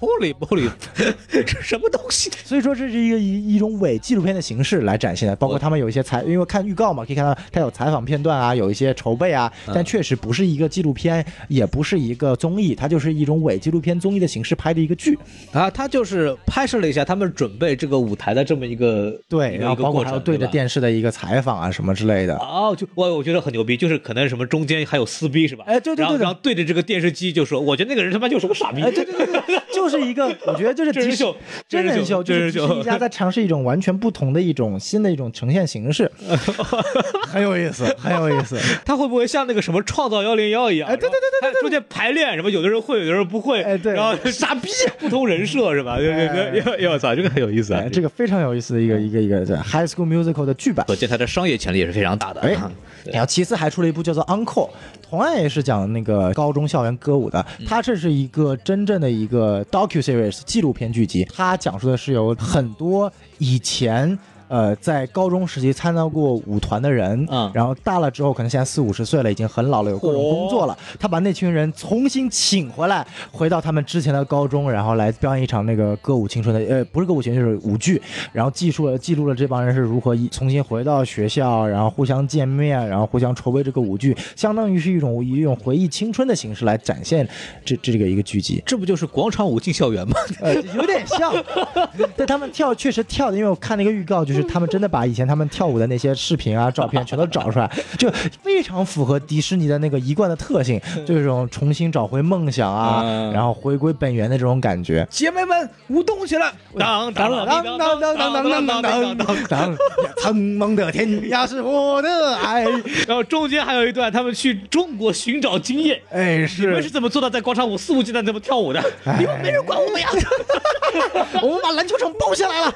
，Holy Holy，这 什么东西？所以说这是一个一一种伪纪录片的形式来展现的，包括他们有一些采，因为看预告嘛，可以看到它有采访片段啊，有一些筹备啊，但确实不是一个纪录片，也不是一个综艺，它就是一种伪纪录片综艺的形式拍的一个剧。啊，他就是拍摄了一下他们准备这个舞台的这么一个对，一个然后一个包括过还程，有对着吧。电视的一个采访啊什么之类的。哦，就我我觉得很牛逼，就是可能什么中间还有撕逼是吧？哎对对然后对对然后对着这个电视机就说，我觉得那个人他妈就是个傻逼。哎，对对对对，就是一个，我觉得就是真人迪士秀真真人人秀秀，就是迪真人秀士尼家在尝试一种完全不同的一种新的一种呈现 形式，很有意思，很有意思。他会不会像那个什么创造幺零幺一样？哎对对对对对，中间排练什么，有的人会，有的人不会，哎对然后傻逼，不同人设是吧？对对对，哎我操，这个很有意思啊哎，，这个非常有意思的一个一个一个对《High School Musical》的剧版。可见他的商业潜力也是非常大的。哎啊，然后其次还出了一部叫做《Uncle》，同样也是讲那个高中校园歌舞的。它这是一个真正的一个 docu series 纪录片剧集，它讲述的是有很多以前。呃，在高中时期参加过舞团的人，嗯，然后大了之后，可能现在四五十岁了，已经很老了，有各种工作了。他把那群人重新请回来，回到他们之前的高中，然后来表演一场那个歌舞青春的，呃，不是歌舞青春，就是舞剧。然后记述了记录了这帮人是如何一重新回到学校，然后互相见面，然后互相筹备这个舞剧，相当于是一种以一种回忆青春的形式来展现这这个一个剧集这不就是广场舞进校园吗？呃，有点像。但他们跳确实跳的，因为我看那个预告，就是他们真的把以前他们跳舞的那些视频啊、照片全都找出来，就非常符合迪士尼的那个一贯的特性，就是这种重新找回梦想啊，嗯然后回归本源的这种感觉。姐妹们舞动起来！当当当当当当当当当当。当，苍茫的天涯是我的爱。然后中间还有一段，他们去中国寻找经验。哎，你们是是哎怎么做到在广场舞肆无忌惮这么跳舞的？你们没人管我们呀！ 我们把篮球场包下来 了，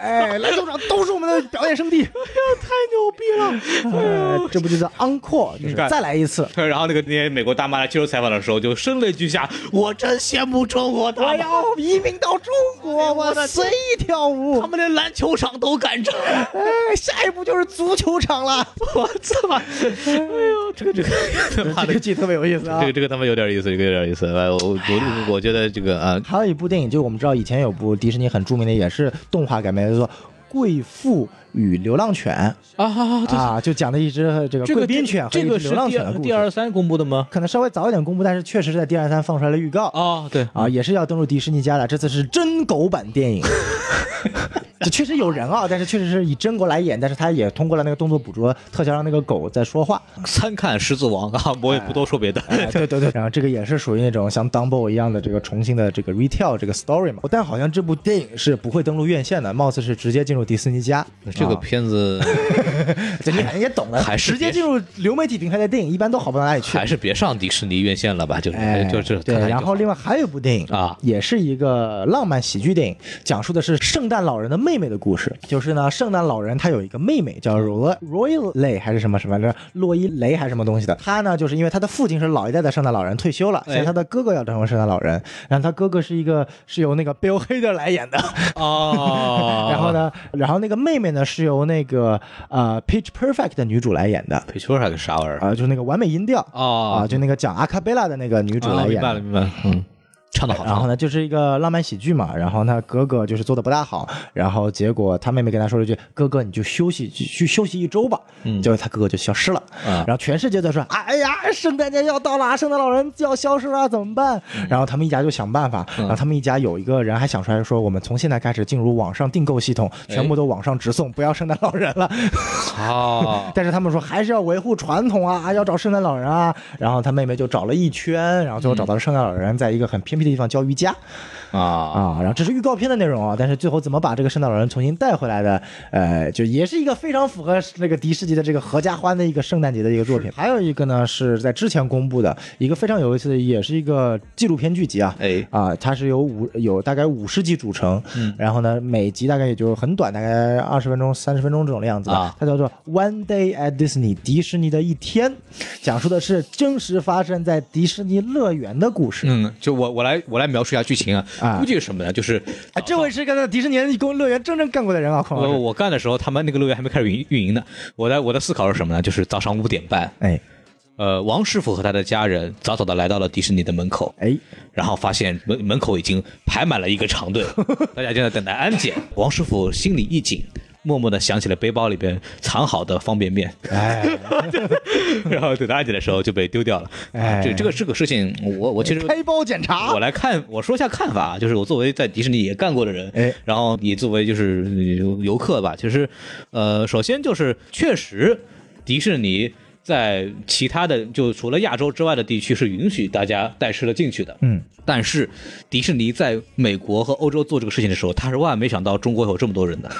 哎，篮球场都是我们的表演圣哎地。太牛逼了！呃，这不就叫 encore，就是看再来一次。 然后那个那些美国大妈来接受采访的时候，就声泪俱下，我真羡慕中国大我妈，要哎移民到中哎国，我随意跳舞他。们连篮球场都敢整，哎，下一步就是足球场了。 我操！哎呦， 这个这个 他妈这的个，剧特别有意思啊这个！这个他妈有点意思，这个有点意思。哎我我我觉得这个啊，还有一部电影，就是我们知道以前有部迪士尼很著名的，也是动画改编的，叫做《贵妇与流浪犬啊好好》啊，就讲的一只呃这个这个贵宾犬和一这只个是流浪第犬的二故第事。二三公布的吗？可能稍微早一点公布，但是确实是在第二三放出来了预告。哦，对，啊，也是要登陆迪士尼家的。这次是真狗版 电影，这确实有人啊，但是确实是以真狗来演，但是他也通过了那个动作捕捉特效，让那个狗在 说话。参看《狮子王》啊，我也不多说别的。哎对对对，然后这个也是属于那种像 Dumbo 一样的这个重新的这个 retell 这个 story 嘛。哦但好像这部电影是不会登陆院线的，貌似是直接进入迪士尼家。 这个啊片子 这你也懂的，还是直接别进入流媒体平台的电影一般都好不到哪里去还。是别上迪士尼院线了吧，就是哎，就是对，看看就然后好另外还有一部电影啊也是一个浪漫喜剧电影，讲述的是圣诞老人的妹妹的故事。就是呢，圣诞老人他有一个妹妹嗯叫罗罗伊雷还是什么什么来着，洛伊雷还是什么东西的。他呢，就是因为他的父亲是老一代的圣诞老人退休了，哎现在他的哥哥要成为圣诞老人，然后他哥哥是一个是由那个 Bill Hader 来演的， 哦，然后？呢，然后那个妹妹呢是由那个呃 Pitch Perfect 的女主来演的，裴秋还个啥玩意儿？啊、就是那个完美音调。哦啊，就那个讲阿卡贝拉的那个女主啊来明演的白了，明白了。嗯，唱的好然后唱。呢，就是一个浪漫喜剧嘛。然后他哥哥就是做的不大好，然后结果他妹妹跟他说了一句：“哥哥，你就休息去去休息一周吧。”嗯，结果他哥哥就消失了。啊然后全世界都在说：“哎呀，圣诞节要到了，啊圣诞老人就要消失了，怎么办？”嗯然后他们一家就想办法。然后他们一家有一个人还想出来说：“我们从现在开始进入网上订购系统，哎全部都网上直送，不要圣诞老人 了。”好，但是他们说还是要维护传统啊，啊要找圣诞老人啊。然后他妹妹就找了一圈，然后最后找到了圣诞老人，在一个很偏僻的地方教瑜伽、啊，啊。然后这是预告片的内容啊，但是最后怎么把这个圣诞老人重新带回来的，呃，就也是一个非常符合那个迪士尼的这个合家欢的一个圣诞节的一个作品。还有一个呢是在之前公布的一个非常有意思的，也是一个纪录片剧集啊，哎啊，它是由五有大概五十集组成，然后呢，每集大概也就很短，大概二十分钟、三十分钟这种的样子吧。啊它叫做《One Day at Disney》迪士尼的一天，讲述的是真实发生在迪士尼乐园的故事。嗯，就我我来我来描述一下剧情啊啊，估计是什么呢？就是哎，这位是跟迪士尼公乐园真正干过的人啊，孔老我师。我干的时候，他们那个乐园还没开始运运营呢。我的我的思考是什么呢？就是早上五点半，哎呃，王师傅和他的家人早早的来到了迪士尼的门口，哎，然后发现门门口已经排满了一个长 队，大家正在等待安检。王师傅心里一紧，默默的想起了背包里边藏好的方便面，哎， 然后等到安检的时候就被丢掉了。啊这哎这个这个事情，我我其实开包检查我。来看，我说一下看法啊，就是我作为在迪士尼也干过的人，哎然后也作为就是呃游客吧，其实，呃，首先就是确实迪士尼。在其他的就除了亚洲之外的地区是允许大家带吃的进去的，嗯，但是迪士尼在美国和欧洲做这个事情的时候，他是万万没想到中国有这么多人的，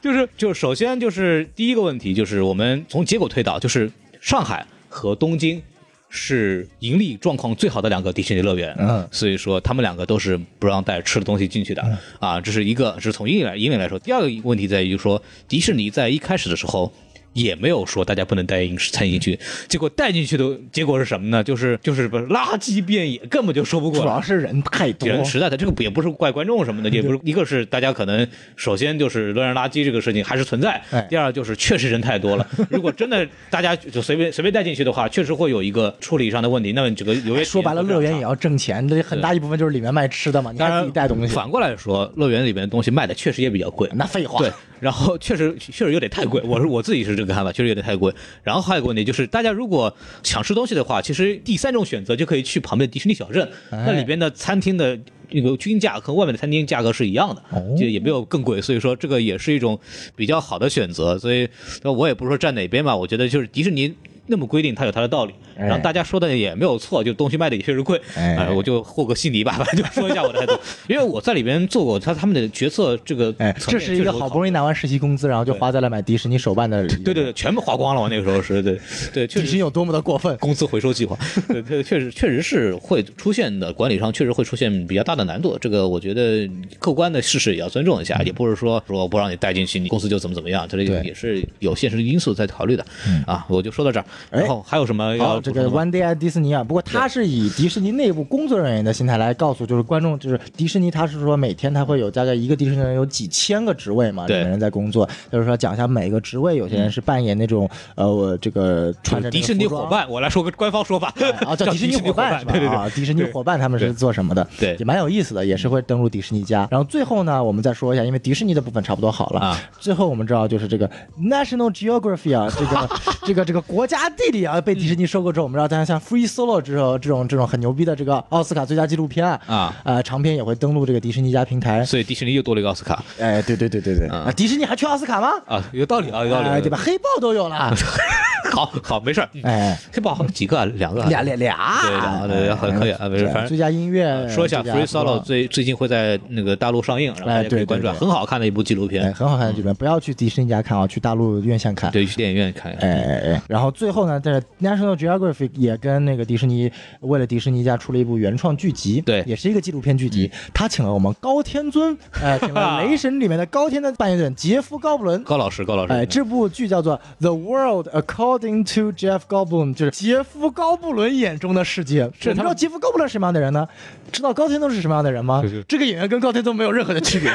就是就是首先就是第一个问题就是我们从结果推导，就是上海和东京是盈利状况最好的两个迪士尼乐园，嗯所以说他们两个都是不让带吃的东西进去的、啊，这是一个是从盈利来盈利来说。第二个问题在于说，迪士尼在一开始的时候。也没有说大家不能带饮食餐饮进去，嗯结果带进去的结果是什么呢？就是就是不是垃圾遍野，根本就说不过主来。要是嗯人太多，人实在的，这个不也不是怪观众什么的，也不是一个是大家可能首先就是乱扔垃圾这个事情还是存在哎，第二就是确实人太多 了。如果真的大家就随便随便带进去的话，确实会有一个处理上的问题。那么这个有些 哎说白了，乐园也要挣钱，这很大一部分就是里面卖吃的嘛，你当还自然己带东西，反过来说，乐园里面的东西卖的确实也比较贵。那废话。对，然后确实确实有点太贵，我是我自己是这个看法，确实有点太贵。然后还有个问题就是，大家如果想吃东西的话，其实第三种选择就可以去旁边的迪士尼小镇，哎那里边的餐厅的那个均价和外面的餐厅价格是一样的，哦就也没有更贵，所以说这个也是一种比较好的选择。所以呃我也不是说站哪边吧，我觉得就是迪士尼。那么规定，它有它的道理，然后大家说的也没有错，就东西卖的也确实贵，哎呃我就和个稀泥吧，反正就说一下我的态度，因为我在里边做过他他们的决策这个哎，层这面是一确个实有好考不容易拿完实习工资，然后就花在了买迪士尼手办的。对对对，，全部花光了。我那个时候是 对对，确迪士实尼有多么的过分？工资回收计划， 对对，确实确实是会出现的，管理上确实会出现比较大的难度。这个我觉得客观的事实也要尊重一下，也不是说说不让你带进去，你公司就怎么怎么样，这里嗯对嗯也是有现实因素在考虑的啊。我就说到这儿，然后还有什么要哎好，这补个充的吗 One Day at Disney 啊，不过他是以迪士尼内部工作人员的心态来告诉，就是观众，就是迪士尼，他是说每天他会有大概一个迪士尼人有几千个职位嘛，里对嗯面人在工作，就是说讲一下每个职位，有些人是扮演那种呃，我这个啊穿着迪士尼伙。伴，我来说个官方说法 啊，叫迪士尼尼伙伴是吧？对对对，啊，迪士尼伙伴他们是做什么的？对也蛮有意思的，也是会登录迪士尼家。然后最后呢，我们再说一下，因为迪士尼的部分差不多好了。啊最后我们知道就是这个 National Geography 啊，这个这个这个国家地理啊，被迪士尼收购之后，我们知道，但是像 Free Solo 这种这种这种很牛逼的这个奥斯卡最佳纪录片啊，啊呃，长片也会登录这个迪士尼家平台。所以迪士尼又多了一个奥斯卡哎，对对对对对，啊，迪士尼还缺奥斯卡吗？啊，有道理啊，有道理，啊哎，对吧？？黑豹都有了， 好好，没事儿，嗯哎，黑豹好几个啊，两个啊，俩俩俩，对两个对很可以啊没事对反正最佳音乐，说一下最《佳 Free 服装 Solo》最最近会在那个大陆上映，然后大哎家可对以关注，对啊，对很好看的一部纪录哎，片，很好看的剧本，不要去迪士尼家看啊，去大陆院线看。对，去电影院看一哎看。哎哎，然后最后呢，这 National Geographic 也跟那个迪士尼，为了迪士尼家出了一部原创剧集，对也是一个纪录片剧集。他请了我们高天 尊，哎，请了《雷神》里面的高天的扮演者杰夫·高布伦。 哎高老师，高老师，哎，这部剧叫做《The World According According to Jeff Goldblum，就是杰夫·高布伦眼中的世界。这你他知妈道杰夫·高布伦是什么样的人呢？知道高天东是什么样的人吗对对？这个演员跟高天东没有任何的区 别，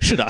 是 的，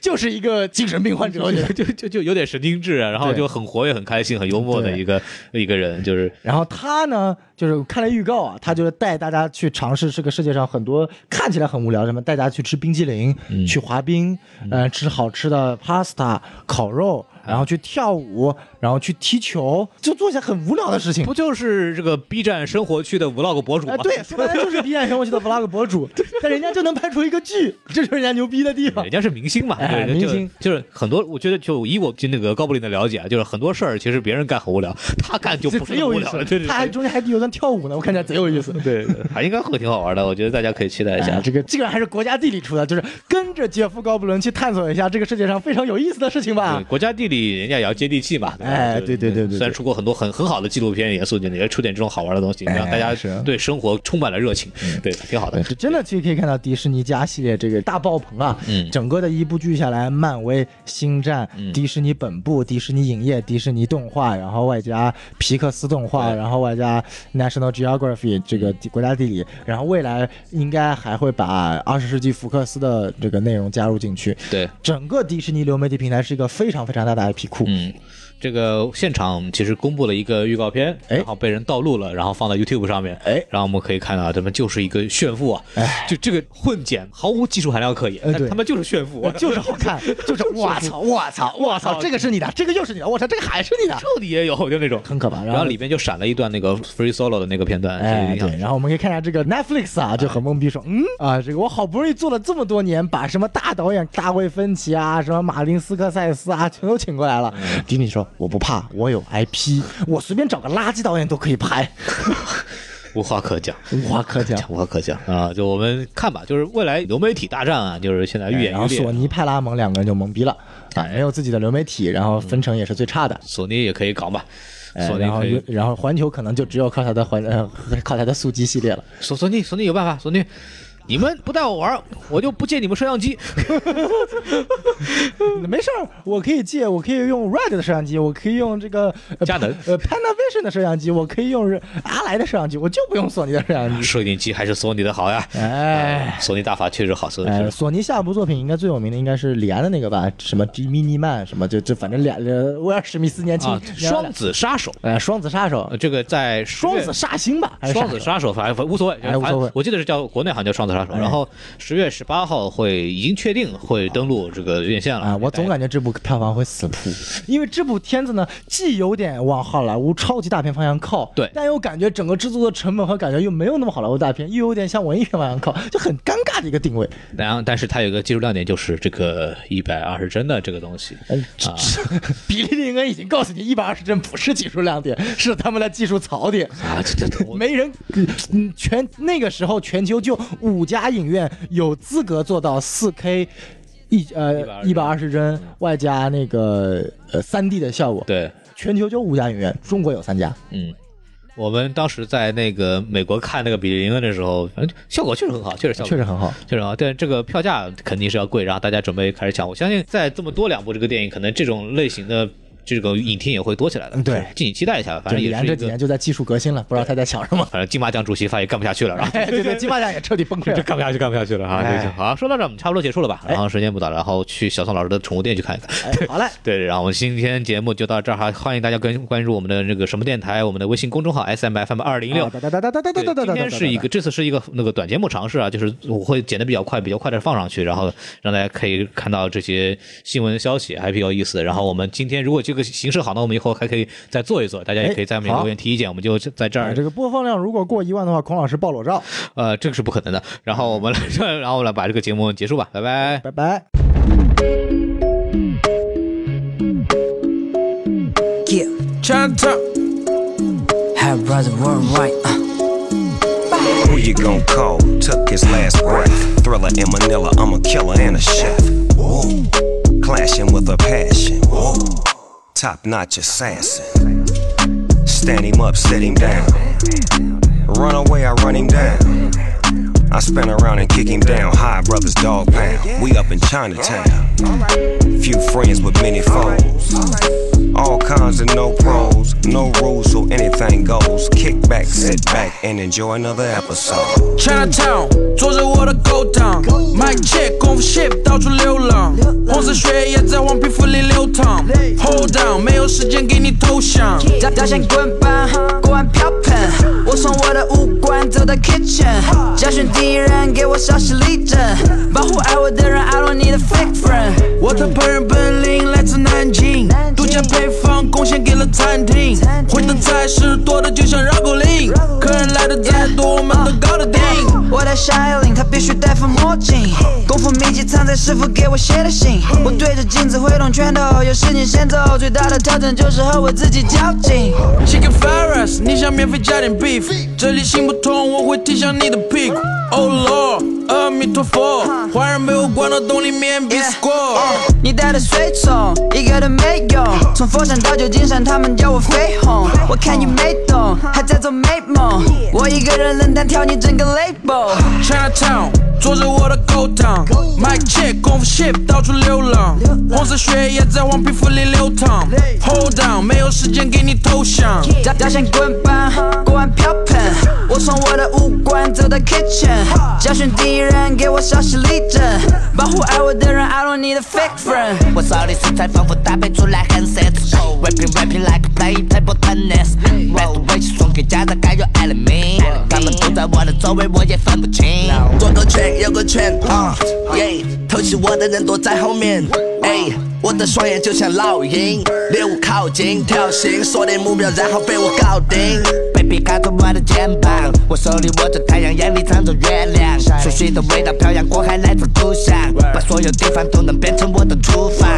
就是一个精神病患者。我觉得。 就就就有点神经质啊，然后对就很活跃、很开心、很幽默的对一个一个人，就是然后他呢，就是看了预告啊，他就是带大家去尝试这个世界上很多看起来很无聊什么，带大家去吃冰激凌，嗯去滑冰，呃，吃好吃的 pasta 烤肉，然后去跳舞，然后去踢球，就做一些很无聊的事情不。就是这个 B 站生活区的 vlog 博主吗嗯哎，？对，说白了就是 B 站生活区的 vlog 博主，但人家就能拍出一 个剧，这就是人家牛逼的地方人。家是明星嘛，哎对，明就星就是很多，我觉得就以我对那个高布林的了解啊，就是很多事儿其实别人干很无聊，他干就这不是贼那么有无意聊了，思，对对哎他还对中间还有一段跳舞呢，我看起来贼有意思。对，对还应该会挺好玩的，我觉得大家可以期待一哎呀下。这个这个还是国家地理出的，就是跟着杰夫·高布伦去探索一下这个世界上非常有意思的事情吧对。国家地理人家也要接地气嘛，对吧哎就对对对对虽然出过很多很很好的纪录片、严肃电影，也出点这种好玩的东西，让大家哎是啊嗯哎对生活充满了热情，对，挺好的。这真的其实可以看到迪士尼家系列这个大爆棚啊！嗯整个的一部剧下来，漫威、星战、迪士尼本部、迪士尼影业、迪士尼动画，然后外加皮克斯动画，对嗯然后外加 National Geography 这个地国家地理，然后未来应该还会把二十世纪福克斯的这个内容加入进去。对，整个迪士尼流媒体平台是一个非常非常大的 IP 库。嗯，这个现场其实公布了一个预告片，哎然后被人盗录了，然后放到 YouTube 上面，哎然后我们可以看到他们就是一个炫富啊，就这个混剪毫无技术含量可言，哎对但他们就是炫富，啊就是 好看，就是我操，我操，我操，这个是你的，这个又是你的，我操，这个还是你的，彻底也有就那种很可怕然后然后里边就闪了一段那个 free solo 的那个片段，哎，印象对，然后我们可以看一下这个 Netflix 啊，就哎很懵逼说，嗯啊，这个我好不容易做了这么多年，把什么大导演大卫芬奇啊，什么马丁斯科塞斯啊，全都请过来了。嗯迪士尼说，我不怕，我有 IP，我随便找个垃圾导演都可以 拍，无话可讲。无话可讲。无话可讲啊！就我们看吧，就是未来流媒体大战啊，就是现在愈演哎然后愈烈。索尼、派拉蒙两个人就懵逼了，啊，也有自己的流媒体，然后分成也是最差的。索尼也可以搞嘛，哎嗯索尼然后可以然后环球可能就只有靠它的环呃靠它的速激系列了。索索尼索尼有办法，索尼，你们不带我玩儿，我就不借你们摄像机。 没事儿，我可以借，我可以用 Red 的摄像机，我可以用这个呃佳能 呃 Panavision 的摄像机，我可以用阿莱的摄像机，我就不用索尼的 摄像机。摄影机还是索尼的好呀。哎，索尼大法确实好，索尼确哎，实好。索尼下一部作品应该最有名的应该是李安的那个吧，什么《Mini Man》什么，就就反正俩呃威尔史密斯年轻、啊，双子杀手，呃双子杀手，呃这个在十月双子煞星吧，还是双子杀杀手手，反正反正无所谓，哎无反所谓哎正我记得是叫国内好像叫双子杀手。然后十月十八号会已经确定会登陆这个院线了啊，我总感觉这部票房会 死扑，因为这部片子呢，既有点往好莱坞超级大片方向靠，对但又感觉整个制作的成本和感觉又没有那么好莱坞大片，又有点向文艺片方向靠，就很尴尬的一个定位。然后但是它有一个技术亮点就是这个一百二十帧的这个东西，哎，这这比利林恩已经告诉你，一百二十帧不是技术亮点，是他们的技术槽点。啊，这这这我没人，嗯，全那个时候全球就五家影院有资格做到四 K。一呃一百二十帧，外加那个呃三 D 的效果， 对，全球就五家影院，中国有三家。嗯。我们当时在那个美国看那个比利林恩的时候，反正效果确实很好，确实效果确实很好。确实啊，但这个票价肯定是要贵，然后大家准备开始抢。我相信在这么多两部这个电影，可能这种类型的这个影厅也会多起来的。嗯对敬请期待一下吧，反就正李也安是这一几个年，就在技术革新了，不知道他在想 什么。反正金马奖主席发也干不下去了，然后哎，对对，金马奖也彻底崩溃就了。干不下去，干不下去了啊！对，好，说到这儿我们差不多结束了吧？然后时间不早了，然后去小宋老师的宠物店去看一看。哎，好嘞，对，然后我们今天节目就到这儿哈，欢迎大家关关注我们的那个什么电台，我们的微信公众号 S M F M 二 零六啊哒。哒哒哒哒哒哒对哒哒今哒。天是一个，这次是一个那个短节目尝试啊，就是我会剪的比较快，比较快的放上去，然后让大家可以看到这些新闻消息，还比较有意思。然后我们今天如果这个形式好呢，我们以后还可以再做一做，大家也可以在下面哎好留言提意见，我们就在嗯这啊儿这个播放量如果过一万的话，孔老师爆裸照，呃，这个是不可能的。然后我们来， 然后我们来把这个节目结束吧，拜拜。拜拜。 Yeah, turned up. Have brother worldwide. Uh. Who you gon' call? Took his last breath. Thriller in Manila, I'm a killer and a chef. Woo. Clashing with a passion. Woo. Top notch assassin. Stand him up, sit him down. Run away, I run him down. I spin around and kick him down. High brothers, dog pound. We up in Chinatown. Few friends with many foes. All kinds No rules, so anything goes. Kick back, sit back, and enjoy another episode. Chinatown，坐着我的 Go Down。My check，功夫 ship 到处流浪，红色血液在黄皮肤里流淌。Hold on，没有时间给你投降。表表现滚板，锅碗瓢盆。我从我的武馆走到 kitchen，教训敌人，给我稍息立正，保护爱我的人，I don't need a fake friend。我的烹饪本领来自南京，独家配方贡献给了餐厅。荤的菜式多的就像绕口令，客人来的再多，我们都搞得定。啊我的 shining，他必须戴副墨镜，功夫秘籍藏在师傅给我写的信。我对着镜子挥动拳头，有事情先走，最大的挑战就是和我自己较劲。 Chicken Ferris，你想免费加点 beef？这里行不通，我会踢向你的屁股。Oh 啊 Lord，阿弥陀佛，华人被我关到洞里面 b score。你带的随从一个都没用，从佛山到旧金山，他们叫我飞鸿。我看你没懂，还在做美梦。我一个人冷淡挑你整个 label。 Chinatown，坐着我的 Go Down。Mike check，功夫 ship 到处流浪，红色血液在黄皮肤里流淌。Hold on，没有时间给你投降。表表现滚板，锅碗瓢盆。我从我的武馆走到 kitchen，教训敌人，给我稍息立正，保护爱我的人，I don't need a fake friend。我烧的食材丰富搭配出来很 sexy。Rapping rapping like play table tennis。慢速微信送给家长，该有 enemy。他们都在我的周围，我也分不清。左个圈，右个圈，啊、耶！偷袭我的人躲在后面，哎，我的双眼就像老鹰，猎物靠近，跳行，锁定目标，然后被我搞定。 Baby 靠着我的肩膀，我手里握着太阳，眼里藏着月亮。熟悉的味道飘洋过海，来自故乡。把所有地方都能变成我的厨房。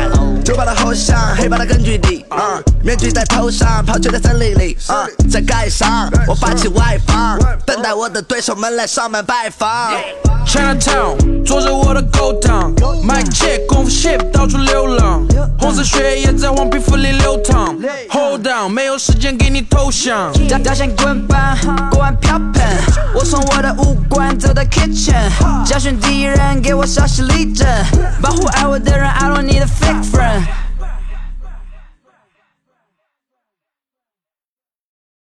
酒吧的后巷，黑帮的根据地，啊、面具在头上，跑去在森林里，啊、再盖上，我霸气外放，等待我的对手们来上门拜访。 Chinatown，坐着我的 Go Down。Mike check，功夫 ship 到处流浪，红色血液在黄皮肤里流淌。Hold on，没有时间给你投降。表表现滚板，锅碗瓢盆。我从我的武馆走到 kitchen，教训敌人，给我稍息立正，保护爱我的人，I don't need a fake friend。